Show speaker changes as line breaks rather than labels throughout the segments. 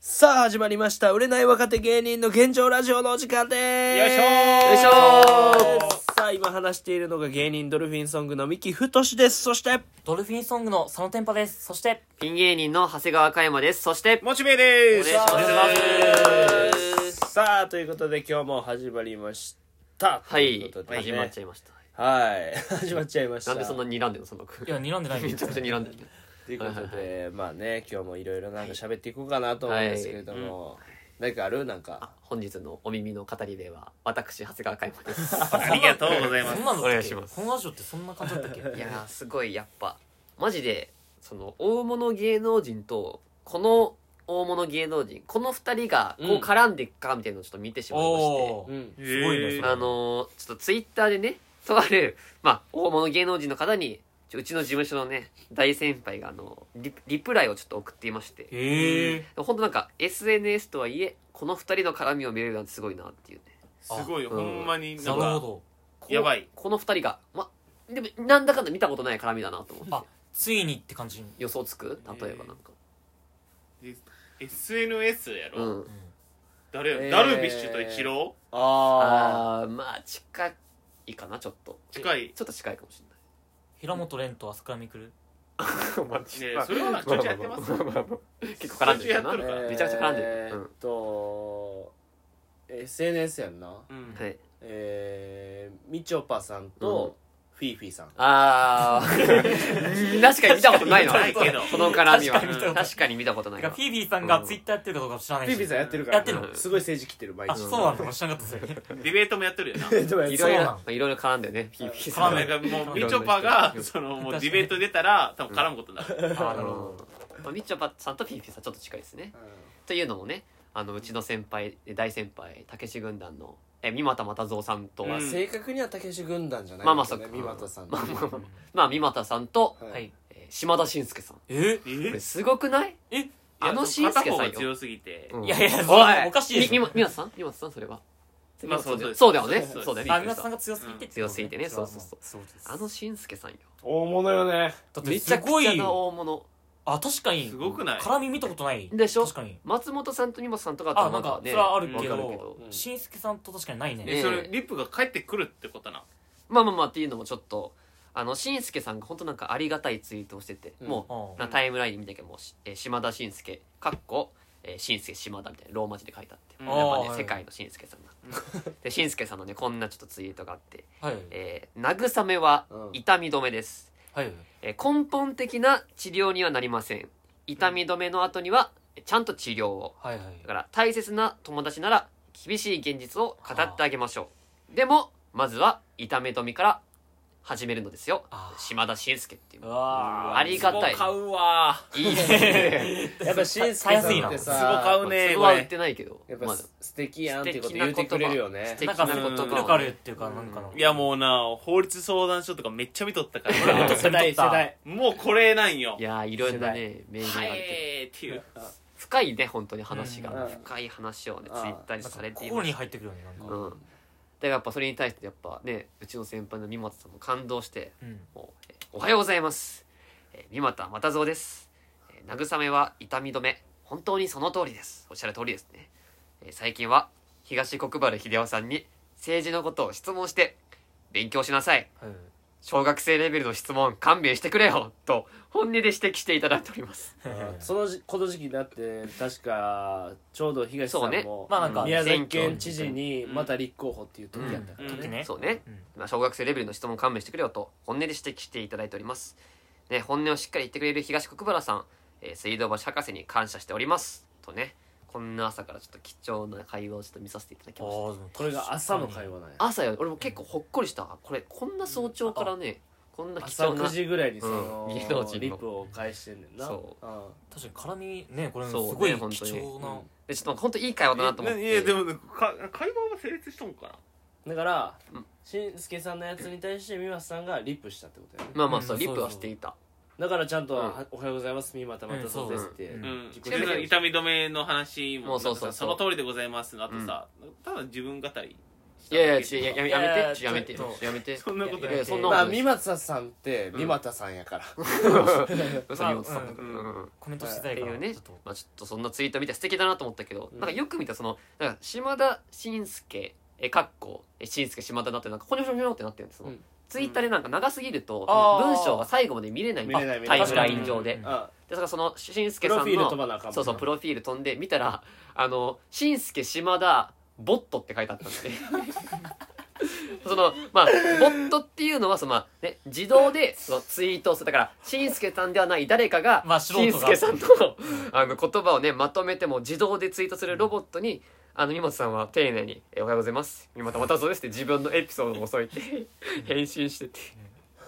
さあ始まりました売れない若手芸人の現状ラジオのお時間です
よいしょー
よいしょ
ー
さあ今話しているのが芸人ドルフィンソングの三木太志ですそして
ドルフィンソングの佐野天パです。そして、
ピン芸人の長谷川嘉山です。そして、
モチベで
お
す
願いします
お願いします
さあということで今日も始まりました
はい、
とうことでね
始まっちゃいました。
はい 始まっちゃいました
なんでそんな睨んでんの、その子。
いや、睨んでない
めちゃくちゃ睨んでる。
ということで、まあね今日もいろいろなんか喋っていこうかなと思うんですけれども、何かあるなんか
本日のお耳の語り部は、私、長谷川嘉山です。
ありがとうございま
そ
す
んなの
お願いします
このラジオってそんな感じだったっけ
いやー、すごい、やっぱ、マジで、その、大物芸能人と、この大物芸能人、この二人が、こ
うん
う絡んでっか、みたいなのをちょっと見てしまいまして。
おー
ん
すごいね
えー
あのーちょっとツイッターでね、とある、まあ、大物芸能人の方に、ちょうちの事務所のね、大先輩が、あの、リリプライをちょっと送っていまして。
へえ。
本当なんか、SNS とはいえ、この二人の絡みを見れるなんてすごいなっていうね。
すごいよ
うん
ほんまに
なる
なん
ほ
か
ど。
こう
やばい。
この二人が、ま、でも、なんだかんだ見たことない絡みだなと思って。
あ、ついにって感じに。
予想つく例えばなんか。
SNS や
う
ろ
ん。
誰や
えー
ダルビッシュとイチロ
あ
あー、まあ、近いかな、ちょっと。
ー近い
ちょっと近いかもし
平本蓮と浅倉未来。
れない。
ねえそれはちょいちょいやってます
結構絡んでるか
ちょいちょいやってる
な。
か
めちゃくちゃ絡んでる
えーっと、SNS やんな
うん
はい。
えー、みちょぱさんとフィーフィーさん、
あー 確かに見たことないの
ないけど
この絡みは
確かに見たことないて
確かに見たことない
か、
わ
フィービーさんがツイッターやってるかどうか知らない
フィー
し。
フィーさんやってるか
や
ら
ってる
の
すごい政治来てる毎
あ、
日
そうなんだ。知らなかったですね。
ディベートもやってるよな
でもやっ
い
て
ろいろ
そうなの
まあいろいろ絡んでねフィーフィーさ
絡
ん
ん
な
で
んかもう
い
み
ろん
ち
な
ょ
人
ぱがそのもうディベート出たら多分絡むことになる
あ、な
う
るほ
ん
ど。
まあみっちょぱさんとフィーフィーさんちょっと近いですねというのもねあのうちの先輩大先輩たけし軍団のえ三股又蔵さんと、
う
まあ
ん
正確にはたけし軍団じゃない
まあまあそっか
三股さん
まあまあまあまあ三股さんと、
はい
はい。
えー島田紳介さん
え
え
これすごくない
えい
あの
いや
紳
片
介
方
さん
が
よ、
強すぎて
うん
いやいやそれ
おい
おかしいでしょ
みみま三股さん三股さんそれは
まあそう
だ
そ
よ
う
そうだよね
そう
そうだよね
あ、皆さんが強すぎてってことね
強すぎてねそうそうそう
そうです。
あの紳介さんよ
大物よね
だって
めち
す
ゃく
ご
ちゃ
い。
な大物
あ、確かに
す。ごくない
絡み見たことない。
でしょ
確かに。
松本さんと美本さんとか
あ、なんか、それはあるけ
わかるけ
ど
ど、
うん
しんすけさんと確かにないね。
え
ね
それリップが帰ってくるってことな
まあまあまあっていうのもちょっとあの紳助さんが本当なんかありがたいツイートをしてて、
うん
も
あ
うなタイムラインに見たけどもう、しえー島田紳助かっこえー紳助島田みたいなローマ字で書いてあって、
うん
やっぱね、
あーはい
世界の紳助さんが、で紳助さんのねこんなちょっとツイートがあって
はい。
「えー慰めは
うん
痛み止めです、
はい。
えー根本的な治療にはなりません痛み止めの後にはちゃんと治療を」
はいは
だ
い。
から大切な友達なら厳しい現実を語ってあげましょう。でも、まずは痛め止みから始めるのですよ
あ。ー
島田紳介っていう。
わ
ありがたい
壺買うわ
いいね。
やっぱしんすけさんって
壺買
さ
う
そ
ね
れ
こ
は売っ
れ
てないけど。
やっ
ま
ぱ
あ
す素敵やんっていうこと言ってくれるよね
素敵
な
な
か
ん言葉
すごい
うん
迫力あるっていうか、なんかの。
いやもうな法律相談所とかめっちゃ見とったか
俺も
ら
見とった
さ
世代世代
もうこれなんよ
いやー、いろいろなね、名言があ
はい
るけど。
っていう
深いね、本当に話
うん
う
が。
ん
深い話をね、
あー
ツイッターに
なん
され
か
ていま
心
す
に。入ってくるよね、なん
う
か。
ん。だからやっぱそれに対してやっぱね、うちの先輩の三又さんも感動して、
うん。
もうえーおはようございます。えー三股又蔵です。えー慰めは痛み止め。本当にその通りです。おっしゃる通りですね。えー最近は東国原秀夫さんに政治のことを質問して、勉強しなさい。
はい。
小学生レベルの質問勘弁してくれよ。と、本音で指摘していただいております。
うんそのじこの時期だって確かちょうど東さん
そうね
も
まあなんか、
宮
う
崎県知事にまた立候補っていう時やったから
ん時ね。
そうね。
うん
まあ、小学生レベルの質問勘弁してくれよと本音で指摘していただいております、ね、本音をしっかり言ってくれる東国原さん、えー水道橋博士に感謝しておりますとねこんな朝からちょっと貴重な会話をちょっと見させていただき
あ
ました
ーでも
これが朝の会話なんや
朝よ俺も結構ほっこりしたこれこんな早朝からねこんな貴
朝
重な
9時ぐらいにその
うん
リ
芸能人
ッ
の
プを返してんねんな
そ
確かに絡み、ね、これす
そうね
ごい
本
貴
当に
重な。
でちょっと本当いい会話だなと思っ
いや
て
でもか会話は成立しとんかな
うんだから
うん
しんすけさんのやつに対して美和さんがリップしたってことやね
まあまあ
うん
そうリップ
そ
は
うそう
していた
だからちゃんと
うん
は「おはようございます美和たまたそうです」って
うん
うん、
自己
で
紹介
痛み止めの話も
もうそうそう
なんかさその通りでございますのあとさ、ただ自分語りし
い
た
やいや
だけ
ちょやややめてちょやめて
いやいや
ちょやめて
そんなことない
いやいやそんなこと
まあ
ない
三又さんって三又さんやから、
嘘に言おうとしたんだけど
まあ
うんうん
コメントしてたいから
っていうね
ちょっと
まあ、ちょっとそんなツイート見て素敵だなと思ったけど、なんかよく見たそのなんか島田紳介えかっこえ紳介島田だってなんかほにょほにょほにょってなってるんですその、
うん
ツイッターでなんか長すぎると、
あー
文章が最後まで見れない
見れない見れな
タ
い
イムライン上で、
うん
で
あ
だからその紳
プ
介
ロ
さ
フ
ん
ィール
の
飛ばなあかんもんな
そうそうプロフィール飛んで見たら あの紳介島田ボットって書いてあったんで そのまあボットっていうのはその、まあね、自動でそのツイートをするだから紳介さんではない誰かが
まあ素人が
紳介、さんのあの言葉をねまとめても自動でツイートするロボットにあの三本さんは丁寧に「えおはようございます三本又蔵です」って自分のエピソードを添え て返信してて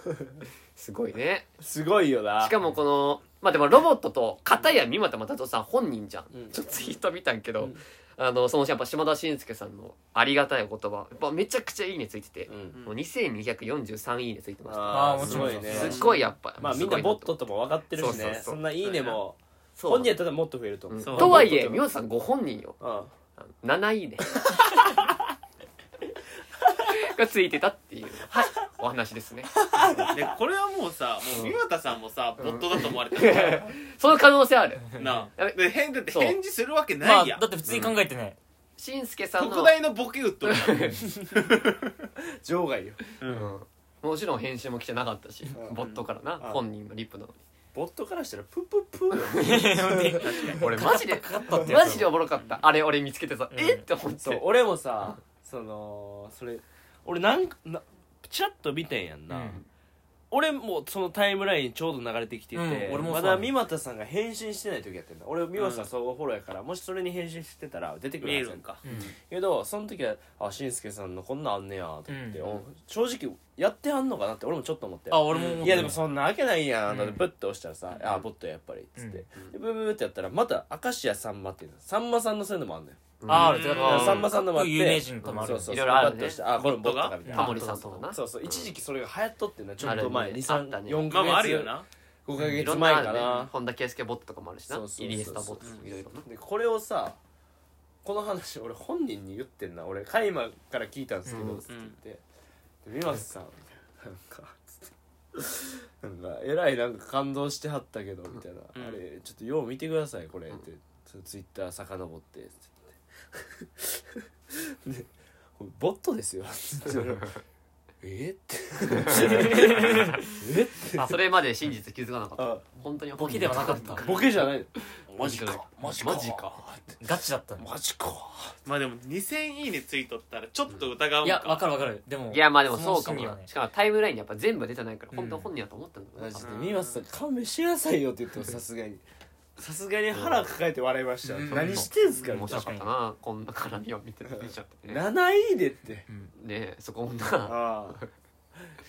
すごいね。
すごいよな
しかもこのまあでもロボットと片や三又又蔵さん本人じゃん、
うん
ちょっとツイート見たんけど、
うん
あのそのやっぱ島田紳介さんのありがたいお言葉やっぱめちゃくちゃいいねついてて
う、ん、
ん
もう2243いいねついてまし
あ
あ
あ
ー
すごい
もち
ね
ろん
たすっごいやっぱ
まあ
す
みん
ご
ないボットとも分かってるしね
そう
そ
そうそうん
ないいねも
そう
本人やったらもっと増えると思う
そう
とはい
ボ
え
ット
美
と
穂さんご本人よ
うん
7いいね がついてたっていう、はい、お話ですね
でこれはもうさもう三又さんもさボットだと思われた
その可能性ある
らな
うん
あで変だって
そう
返事するわけ
ま
な
あ
いやん
だって普通に考えてね
紳介さんの
特大のボケ打っとるやん
場外よ
うんもちろん編集も来てなかったし
うん
ボットからな
うん
本人のリップなのに
ボットからしたらプップップーよ
俺マジ で
かかったってやつ
マジでおもろかったあれ俺見つけてさ、
うん
えって思っ
そう
て
俺もさそのそれ俺なんかなチラッと見てんやんな、
うん
俺もそのタイムラインにちょうど流れてきてて、
うん俺もそ
ま
う
だ三又さんが返信してない時やってんだ俺三又さん
うん
総合フォローやから、もしそれに返信してたら出てくる
見
は
え
ずや
る
ん
ん
か
か
けどその時はあしんすけさんのこんなんあんねやと思って、
うん
お正直やってはんのかなって俺もちょっと思って
あ俺も思った
いやでもそんなわけないやん、だって
うん
ブッと押したらさ「あボットややっぱり」っつって、でブーブーってやったらまた明石家さんまっていうのさんまさんのそういうのもあんねん
あ
う
ー
ん
だ
だ
か
から
らさんまさんのもあって
有名人ともある
そ
よ
うそうそう
ね
いろいろあ
バッ
るね
と押してあこれボットかみたい
タ
な
モリさんとかな
そうそう一時期それが流行っとってんなちょっと
あ
前
るね
二
あっ
三
たね
4
まあまああ
ヶ
る
月
よな
5ヶ月
いろんな
前
あ
か
るね
な
本田圭佑ボットとかもあるしな
そうそうそうそう
イリエスタボットとかいろいろな
でこれをさこの話俺本人に言ってんな俺カイマから聞いたんですけど、
うん
つって言って「で美松さん」みたいななんかつってなんかえらいなんか感動してはったけどみたいな「
うん
あれちょっとよう見てくださいこれ」って、ツイッター遡ってつってでこれボットですよ」つってえってえって
あそれまで真実気づかなかった
あ
本当に
ボケではなかった
ボケじゃない
マジか
マジか
マジか
ガチだったの
マジか
まあでも2000いいねついとったらちょっと疑う
い
ん
やわ
か
かるわかるでも
いやまあでもそうか
その
も
心理
よ
はね
しかもタイムラインにやっぱ全部出てないから
うん
本当本人だと思ったんだろう
マ
な
ジで美松さん勘弁してくださいよって言ってもさすがにさすがに腹抱えて笑いました、
うん
何してんすか
面
みたい
白かったなこんな絡みを見てるちゃってねね
な7位でって
えそこもな
ああ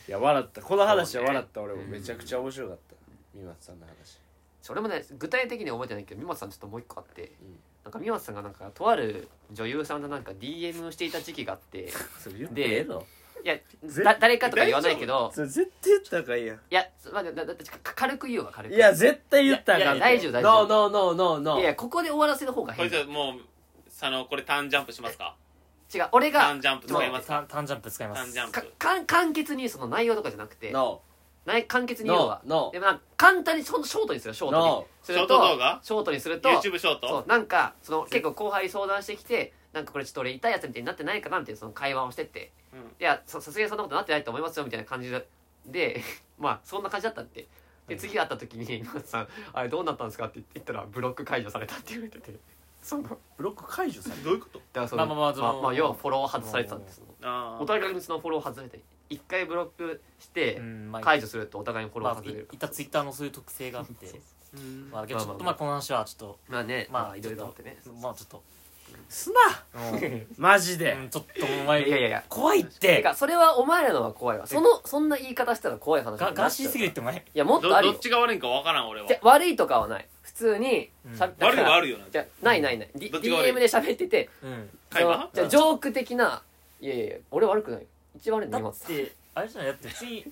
いや笑ったこの話は笑った俺もめちゃくちゃ面白かった美松さんの話
それもね具体的には覚えてないけど美松さんちょっともう一個あって
うん
なんか美松さんがなんかとある女優さんとなんか DM していた時期があってい
それ言って
で
ええの
や
ぜ
だ誰かとか言わないけど
それ絶対言ったらあかんやん
いや、まあ、だだだか軽く言うわ軽く
いや絶対言ったらあかん
いやいや大丈夫大丈夫
NoNoNoNo
いやここで終わらせる方が
こ
変
れ
違
じゃ
う
もうそのこれターンジャンプしますか
俺
タ
が
ーンジャンプ使いますか
タンタンジャンプ使いま
ターン
す
ジャン
か
プ
かん簡潔にその内容とかじゃなくて
No
ない簡潔に言うわ
No
でもなんか簡単にほんとショートにするショートに、
No
すると
ショート動画
ショートにすると
YouTube ショー
そう
ト
なんかその結構後輩相談してきてなんかこれちょっと俺痛いやつみたいになってないかなみたいなその会話をしてって、
うん
いやそさすがにそんなことなってないと思いますよみたいな感じでで まあそんな感じだったってで次会った時に 「今田さんあれどうなったんですか?」って言ったらブロック解除されたって言われて てそのだか
ブロック解除され
どういうこと
らその
まあまあまあその
まあ要はフォロー外されてたんです
あー
お互いにそのフォロー外れて一回ブロックして、
うんまあ
解除するとお互いにフォロー
まあ
外れる
いったツイッターのそういう特性があって
うん
まあけどちょっとまあこの話はちょっ
まあね
と
ま
ま
あ
あ
いろいろあってね
ちょっとまあちょっと
す
うん
なマジで
うんちょっとお
いやいや
前
いや
怖いってて
かそれはお前らのが怖いわそのそんな言い方したら怖い話にな
が
っちゃう
ガーシーすぎるってお前
いやもっ
ど
とある
ど
よ
っちが悪いんかわからん俺は
じゃ悪いとかはない普通に
うん
しゃべ
悪いはあ
い
るよな
じゃないないない、D、
どっちが悪い
DM で喋ってて
うん
そ
会
の
話
じゃあジョーク的ないやいやいや俺悪くない一番悪いの
だ
今
っ
さん
てあれじゃないだって別に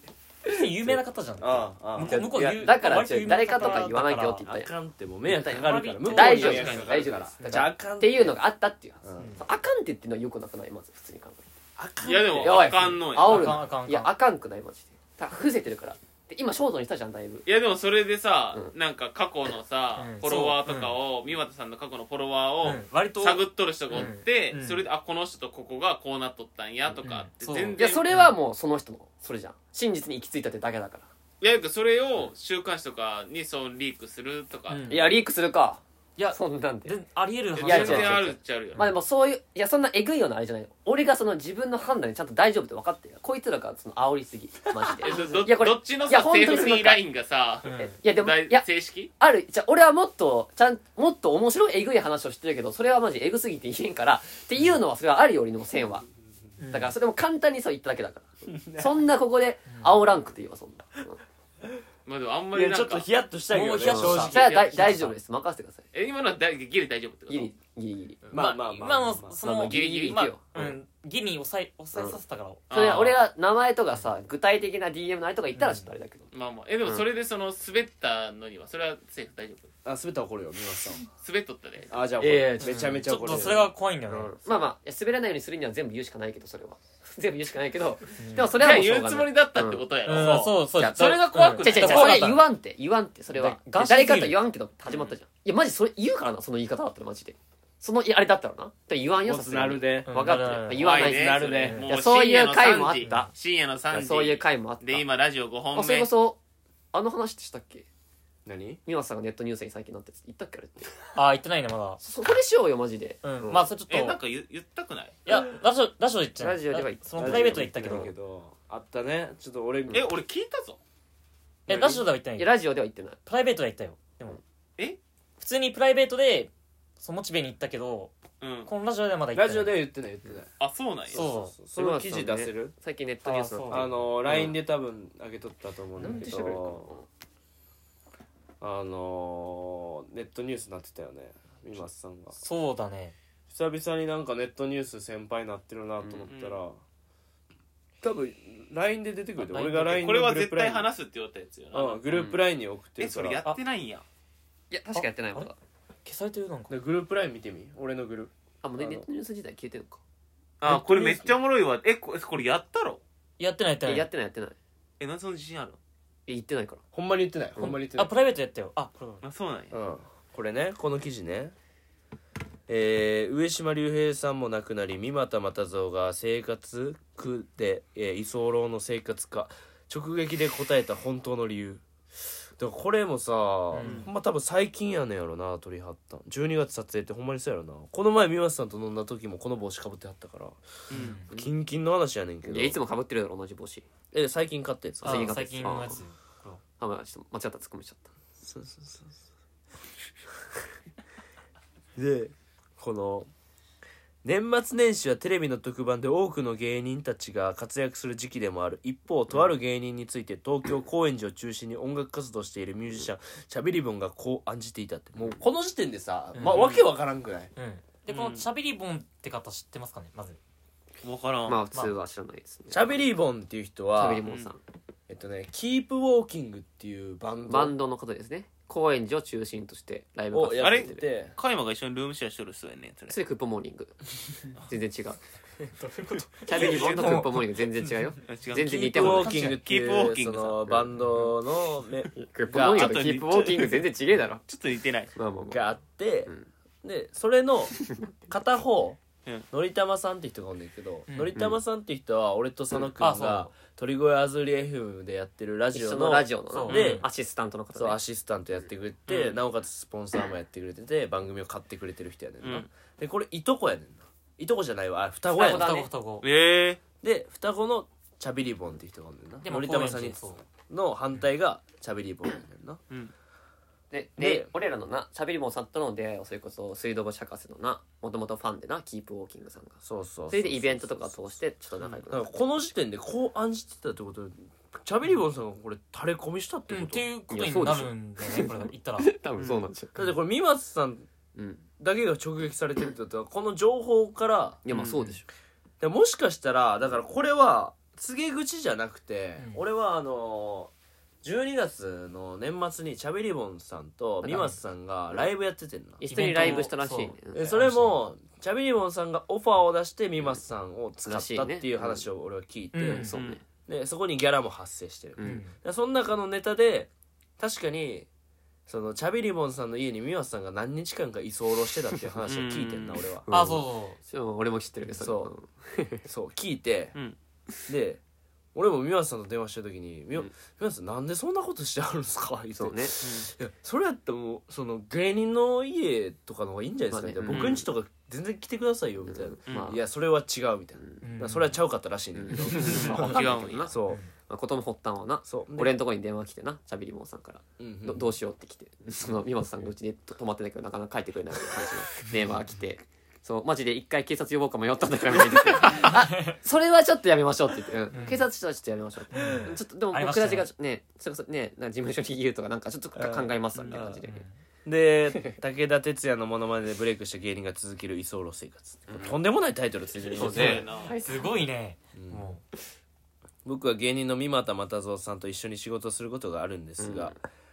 別に有名な方じゃん
ああああ
向こう向こう
いや
有
だから
割と有名な
誰かとか言わないでよって言っ
あ
たよ
かんってもう迷惑かかるから向こうに
大丈夫
迷
で
惑
す
かか
大
る
丈
か
夫
ら
です
じゃああかん
っていうのがあったっていう話、
うん
あかんって言ってるのはよくなくないまず普通に考えて
あかん
いやでも
やばい
あかんの
煽
よ
る
あかんあかんあかん
いやあかんくないマジでただ伏せてるからで今ショートにしたじゃんだいぶ
いやでもそれでさ、
う
なんか過去のさ、
うん
フォロワーとかを、三又さんの過去のフォロワ
う
ーを
ん、割と
探っとる人がおって、
うん
それであこの人とここがこうなっとったんやとかって
うん
全然、
いやそれはもうその人のそれじゃん真実に行き着いたってだけだから
いやなんかそれを週刊誌とかにそうリークするとか、
うん
いやリークするか
いや
そんなんで
でありえる話
いや違
全
う違う違
然
う
あるっちゃあるよ、
まあでもそういういやそんなえぐいようなあれじゃない俺がその自分の判断にちゃんと大丈夫って分かってるこいつらがその煽りすぎマジ
え
で
どど
いやこれ
どっちの
いや
さ
本当
セ
に
ーフティーラインがさ、
うん
えいやでも
だい
いや
正式
あるじゃあ俺はもっとちゃんもっと面白いえぐい話をしてるけどそれはマジえぐすぎて言えんからっていうのはそれはあるよりの線は
うん
だからそれも簡単にそう言っただけだからそんなここで煽らんくて言えばそんな、うん
まあでもあんま
い
り
や
な
ちょ
ん
っと
か
ヒヤッとしたいけど
もうヒヤッとし
正直
た
それは大大丈夫です任せてください
え今のはだギリ大丈夫ってこと
ギリギリギリ
まあまあまあ
今の
まあ
そ
まあまあ
の
ギリギリいけ
まあ
よ
う
うん
んギリ抑え抑えさせたから
あー
それは俺が名前とかさ具体的な DM のあれとか言ったらちょっとあれだけど、
まあまあえでもそれでその滑ったのにはそれはセーフ大丈夫
あ滑ったら怒るよ三輪さん
滑っとったで
あじゃあ、
いやいや
めちゃめちゃ
ちょ
怒
っ
るよ
とそれは怖いんだよね
まあまあいや滑らないようにするには全部言うしかないけどそれは 全部言うしかないけど
うん
でもそ
じ
れは
ゃあ
もうしょ
言
う
う
が
つ
な
も
い
りだったってことやろ、
うんそうそう
じゃあ
それが怖く
うん
な
違
いう
違う違う
怖
そ
かっ
れ
た
言わんって言わんってそれは
だ
誰かとは言わんけど始まったじゃん、いやマジそれ言うからなその言い方だったらマジでそのいやあれだったらなでも言わんよ
ボ
さ
ツ
すが
なる
に
で
うん
分かってる
なる
言わない
怖
ですなるね
も
いやそういう回もあった
深夜の3時深
い
夜の3
や
時
そういう回もあった
で今ラジオ5
あ
本
それ
目
こそあの話ってしたっけ
何
美和さんがネットニュースに最近なったやつ言ったっけあれって
あー言ってないねまだ
そそれしようよマジで
うん
うん
まあそれちょっと
えなんか言言ったくない
いやラジオラジオで言っちゃう
ラジオでは言った
そのプライベートで言ったけ
ラジオ
ど
であったねちょっと俺
え俺聞いたぞ
えラジオでは言ってない
いやラジオでは言ってない
プライベートでは言ったよでも
え
普通にプライベートでそのモチベに行ったけど
うん
このラジオではまだ行ってない
ラジオでは言ってない言ってない
あそうなんや
そう
そうその記事出せる
最近ネットニュースの
あ
あ
そ
の LINE で多分上げとったと思う
なんん
だ
で
け
喋るかな
どあのネットニュースになってたよね三松さんが
そうだね
久々になんかネットニュース先輩になってるなと思ったら多分 LINE で出てくるで
あ LINE
俺が LINE
これは絶対
す
話すって言われたやつよな
グループ LINE に送って
え
るか
そ
ら
れやってないんや
いや確かやってないまだ
消されてるなんか
でグループ LINE 見てみ俺のグループ
あもう
あ
ね
の
ネットニュース自体消えてんのか
あこれめっちゃおもろいわえここれやったろ
やってないやってな
いや
い
やってないやってないい
えなんでその自信ある
や言ってないから
ほんまに言ってないほんまに言ってない
あプライベートやったよあこれ
のあそうなんや
うん、これねこの記事ねえー上島竜兵さんも亡くなり三股又蔵が生活苦で、えー居候の生活か直撃で答えた本当の理由だからこれもさ、ほんま多分最近やねんやろな撮りはったん12月撮影ってほんまにそうやろなこの前三股さんと飲んだ時もこの帽子かぶってはったから、キンキンの話やねんけ
い
ど
やいつも被ってるだろ同じ帽子
え最近買ったやつ
あ
そう
あ最近のやつこれは
あまあちょっと間違った突っ込みしちゃった
そうそうそうでこの年末年始はテレビの特番で多くの芸人たちが活躍する時期でもある一方とある芸人について東京高円寺を中心に音楽活動しているミュージシャンチャビリボンがこう案じていたってもうこの時点でさ、まあ、
うん
わけわからんくない
うんでこのしゃべりボンって方知ってますかねまず
分からん
まあ普通は知らないですね
チャビリボンっていう人
チャ
は
ビリモンさん
えっとね「キープウォーキングっていうバン
バ
ド
ンドの方ですね高円寺を中心としてライブ
を
活動
や
あ
っ
れ
てて
カイマが一緒にルームシェアしとる人やねんそれ
それクッポモーニング全然違うチャビリボンとクッポモーニング全然違うよ
あ違
全
う
キ
然
ー
似
プ
て
ウォ
も
ー
ない
キングって
キープウォー
い
キ
うそ
ングさ
のバンドのめ
クッポモーニン グと
が
キープウォーキング全然違えだろ
ちょっと似てない
まあまあまあ
があって、でそれの片方
うん
のりたまさんって人がおんねんけど、
うん
のりたまさんって人は俺と佐野く
うんあ
ん
そう
が鳥越あずり FM でやってるラジ
一
オ
緒
の
のラジオ
そ
の
う
で、
うん
アシスタントの方
そう
ね
アシスタントやってくれて、
うん
なおかつスポンサーもやってくれてて番組を買ってくれてる人やねんな、
うん
でこれいとこやねんないとこじゃないわあ双子やねん
双
な
子
双
だ
子双子
ね
ええ
で双子のチャビリボンって人がおんねんな
で
のりたまさんに
そう
の反対がチャビリボンやねんな
で
で
で俺らのなしゃべりもんさんとの出会いはそれこそ水道橋博士のなもともとファンでなキープウォーキングさんが
そうそうそう
それでイベントとかを通してちょっと仲良く
な
なんっ
か
た
この時点でこう案じてたってことチャビリボンさんがこれ垂れ込みしたって
うん
こ
っ
と、
ていうことになるんだよねこれ言ったら
多分そうなんですよ
だってこれ三松さん
うん
だけが直撃されてるってことはこの情報から
いやまあそうでしょ
でもしかしたらだからこれは告げ口じゃなくて、
うん
俺はあの12月の年末にチャビリボンさんと三松さんがライブやっててんな、
一緒にライブしたらしいね
そう
えそれもチャビリボンさんがオファーを出してミマスさんを使っ
らしい
たっ
ね
ていう話を俺は聞いて、
うん
そうね
でそこにギャラも発生してる、
う
だか
ん
らその中のネタで確かにそのチャビリボンさんの家にミマスさんが何日間か居候してたっていう話を聞いてんな
うん
俺は
うん
あそうそう
でも俺も知ってるれ
そそう聞いて、
うん
で俺もミマスさんと電話した時に「ミ
う
マ
ん
スさんなんでそんなことしてあるんですか?」言って
そうね
いやそれやったらもうその芸人の家とかの方がいいんじゃないですか、みたいな
まあね
僕ん家とか全然来てくださいよみたいな、
うんまあ
いやそれは違うみたいな、だ
うん
からそれはちゃうかったらしいね んだけど、
まあ
違
違
う
うんん
や
な
そう
まあことの発端はな
そうで
俺のとこに電話来てなチャビリモンさんから
うんうん
どどうしようって来 てその美本さんがうちで泊まってたけどなかなか帰ってくれないみたいな感じの 電話が来てそうマジで一回警察呼ぼうか迷ったんだからみたいな言って あそれはちょっとやめましょうって言って、うん
うん
警察署はちょっとやめましょうって、
う
ちょっとでも
ありまし
僕
たね
たちがねそれこそねなんか事務所に言うとかなんかちょっとか考えますわみたいな感じで、
で武田鉄矢のモノマネでブレイクした芸人が続ける居候生活、とんでもないタイトルついてる
そう
そう
ね
やな
うんすごいね
うん
も
僕は芸人の三股又蔵さんと一緒に仕事をすることがあるんですが、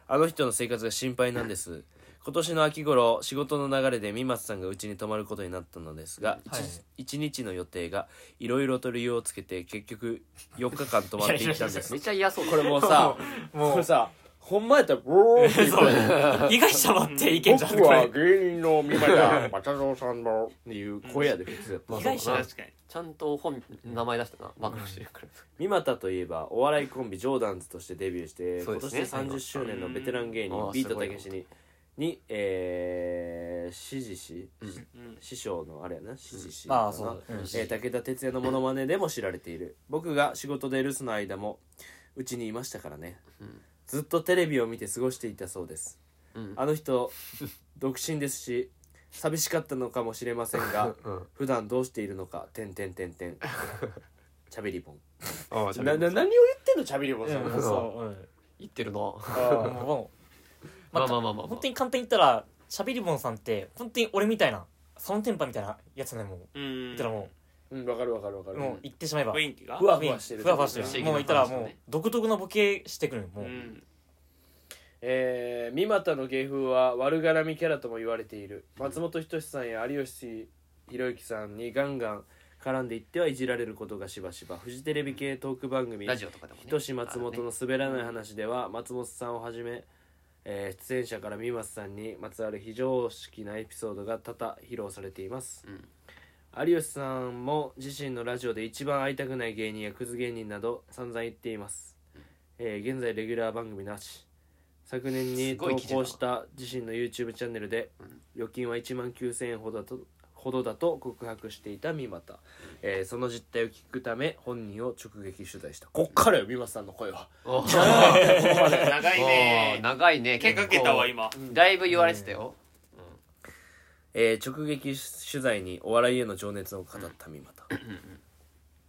あの人の生活が心配なんです今年の秋頃仕事の流れで三松さんがうちに泊まることになったのですが、
はい
一1日の予定がいろいろと理由をつけて結局4日間泊まっていったんです
めっちゃ嫌そう
これもうさ
うも
こ
う
れさほんまやったらブローって言
そう被害者ばっていけんじゃん
僕は芸人の三股又蔵さんのっていう声やで普通やった
被害者だ
確かに
ちゃんと本名前出したな暴露してるから
三股といえばお笑いコンビジョーダンズとしてデビューして、
そう
今
です
年
ね
で30周年のベテラン芸
う
人
んあー
ビート
すご
た
い
けしにに、えー、師事師、
うん
師匠のあれやな師事師
あ
か
あそ
な
う、うん
えー武田鉄矢のモノマネでも知られている僕が仕事で留守の間もうちにいましたからね、
うん
ずっとテレビを見て過ごしていたそうです
うん
あの人独身ですし寂しかったのかもしれませんが
うん
普段どうしているのかてんてんてんてんチャベリボン
あ
なな何を言ってんのチャビリボンさん、
うんそう
言ってるな
うん
あ
もう
ま
ま
あ
あ
まあまあまあ
本当に簡単に言ったらしゃべりぼんさんって本当に俺みたいなそのテンパみたいなやつねもう
うん
言ったらも
ーうんわかるわかるわか
う
る
もう言ってしまえば
雰囲気が
ふわふわしてる
ふわふわして
不
思議
る
な
もう言ったらも
話だ
う
ね
独特なボケしてくるよも
う
うん
えー、三股の芸風は悪絡みキャラとも言われている松本人志さんや有吉弘行さんにガンガン絡んでいってはいじられることがしばしばフジテレビ系トーク番組
ラジオとかでもね
人志松本の滑らない話では松本さんをはじめ、えー出演者から三松さんにまつわる非常識なエピソードが多々披露されています
あるね
有吉さんも自身のラジオで一番会いたくない芸人やクズ芸人など散々言っています、えー現在レギュラー番組なし昨年に
す
投
ごい記事だ
稿
な
した自身の YouTube チャンネルで預金は1万9000円ほどだとほどだと告白していた三股、えーその実態を聞くため本人を直撃取材したこっからよ三股さんの声は
うんおー
長い
おー
ね
長いね
手
結構
かけたわ今
だいぶ言われてたよ
えー直撃取材にお笑いへの情熱を語った三股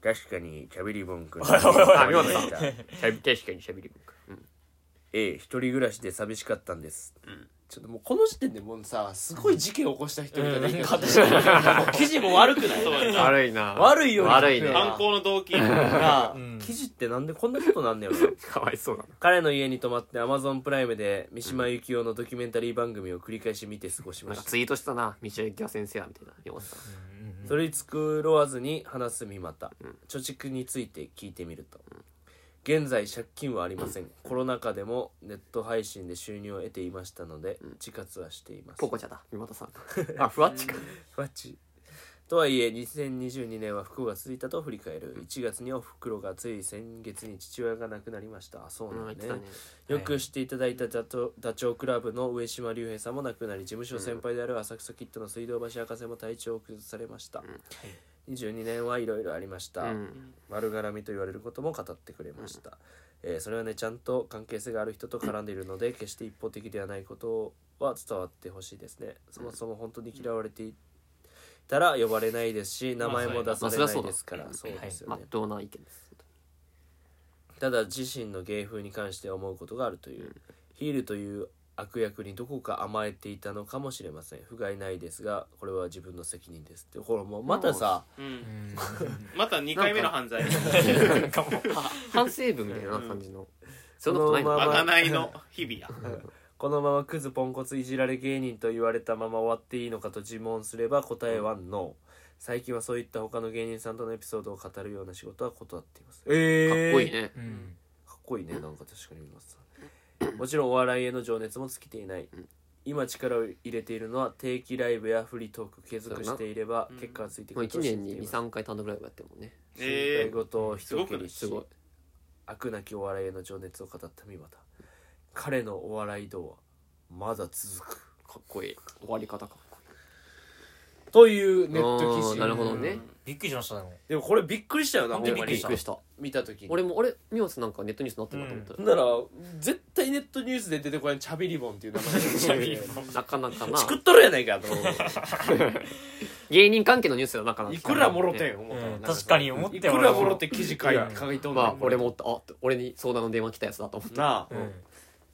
確かにキャビリボン君
いおい三 股確かにしゃべり
ええ一人暮らしで寂しかったんです、ちょっともうこの時点でもうさすごい事件を起こした人みたいな言い方してるもう記事も悪くない
そうやな
悪いな
悪いよ
悪いね
犯行の動機
なあ
うん
記事ってなんでこんなことなんねやろな
かわいそうだな
彼の家に泊まってアマゾンプライムで三島由紀夫のドキュメンタリー番組を繰り返し見て過ごし
な
ま
んか
した
ツイートしたな道の駅は先生やみたいな山本さん
それに繕わずに話す三股貯蓄について聞いてみると現在借金はありませんコロナ禍でもネット配信で収入を得ていましたので自活はしています
ポコちゃんだ三本さん あふわっちか
マジとはいえ2022年は不幸が続いたと振り返る1月におふくろがつい先月に父親が亡くなりましたあそう
うん
な
言っ
ん
て
だ
た
ね
ね
よく知っていただいたダチョダチョウ倶楽部の上島竜兵さんも亡くなり事務所先輩である浅草キッドの水道橋博士も体調を崩されました、22年はいろいろありました、
うん
丸絡みと言われることも語ってくれました、えーそれはねちゃんと関係性がある人と絡んでいるので決して一方的ではないことは伝わってほしいですねそもそも本当に嫌われていたら呼ばれないですし名前も出されないですから、
まあ
そ
そうう
だ
ですよ
ま
ね、
っとうな意見です
ただ自身の芸風に関して思うことがあるという、ヒールという悪役にどこか甘えていたのかもしれません不甲斐ないですがこれは自分の責任ですってほらもうまたさ
うん
う
また2回目の犯罪
んなんかもう
反省文みたいな感じの
そ
そん
の
なことないの
ま
ま
ま
かないの日々や
このままクズポンコツいじられ芸人と言われたまま終わっていいのかと自問すれば答えはノー、最近はそういった他の芸人さんとのエピソードを語るような仕事は断っていますえ
っこいいね
うん
かっこいいねなんか確かに見ますもちろんお笑いへの情熱も尽きていない今力を入れているのは定期ライブやフリートーク継続していれば
そうだな
結果がついて
も
く
う
る
1
と信じ
年
て
に
います
23回単独ライブやってるもんね
心
え
配事を一切
え
り
ー
し
すごい
悪なきお笑いへの情熱を語った三股彼のお笑い道はまだ続く
かっこいい終わり方かっこいい
というネット記
あー
事
なるほどね
びっくりしましたでも
でもこれびっくりしたよな
本当
ほ
に
んま
びっくりした
見た時に
俺もあれミオスなんかネットニュースになってるなと思
ほ
っ
んなら絶対ネットニュースで出てこないチャビリボンっていう名 前チャビリボン
たなかなかな
作っとるやないかと思う
芸人関係のニュースだなかなか
いくらもろてん思った
うん確かに思って
いくらもろて記事書い
うん
書いとんねん
まあ俺もおったあ俺に相談の電話来たやつだと思って
なあ
うん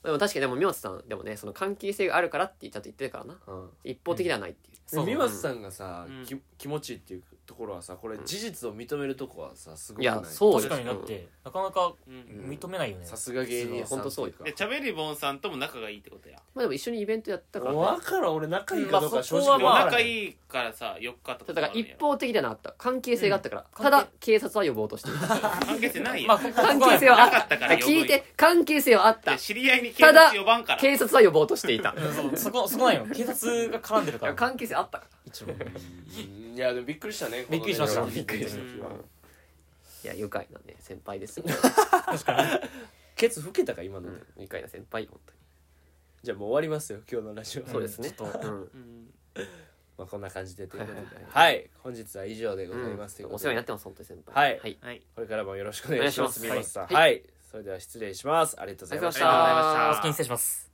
でも確かにでもミオスさんでもねその関係性があるからってちゃんと言ってるからな
うん
一方的ではないっていう
そう
美和さんがさ
うん
き気持ちいいっていうところはさこれ事実を認めるとこはさすごく
い
ない
やそう
確かにだってなかなか
うん
認めないよね
さすが芸人さんっていうか
えチャベリボンさんとも仲がいいってことや
まあでも一緒にイベントやったからね
分からん俺仲いいかどうか正
まあ
直
そこはまあ
分
仲いいからさ4日と
た
か
だから一方的ではなかった関係性があったから、
うん
ただ警察は呼ぼうとしてる
関係性ない
まあ
や
ここ
関
は
係性はあっ
なかったたから呼ぶよ
聞いて関係性はあった
で知り合いに警
ただ
察呼ばんから
警察は呼ぼうとしていた
うんそうそこそこなんよ警察が絡んでるから
関係性あったから
一応
いやでもびっくりしたね
びっくりしました
このね
びっくりした
うん
いや愉快なね先輩ですね
ケツ老けたか今ので
愉快な先輩本当に
じゃあもう終わりますよ今日のラジオ
そうですね、
うんちょっ
うん
うん
まあこんな感じでということで
はいはい
はい本日は以上でございますというこ
お世
と
話に
で
なってます本当に先
は
輩
い
はい、
はい
これからもよろしくお願いします
お
み
願
ま
いし
さ
ま
ん
す
はいそれでは失礼しますありがとうございました
ありがとうございました
ありがとうございました
お先に失礼します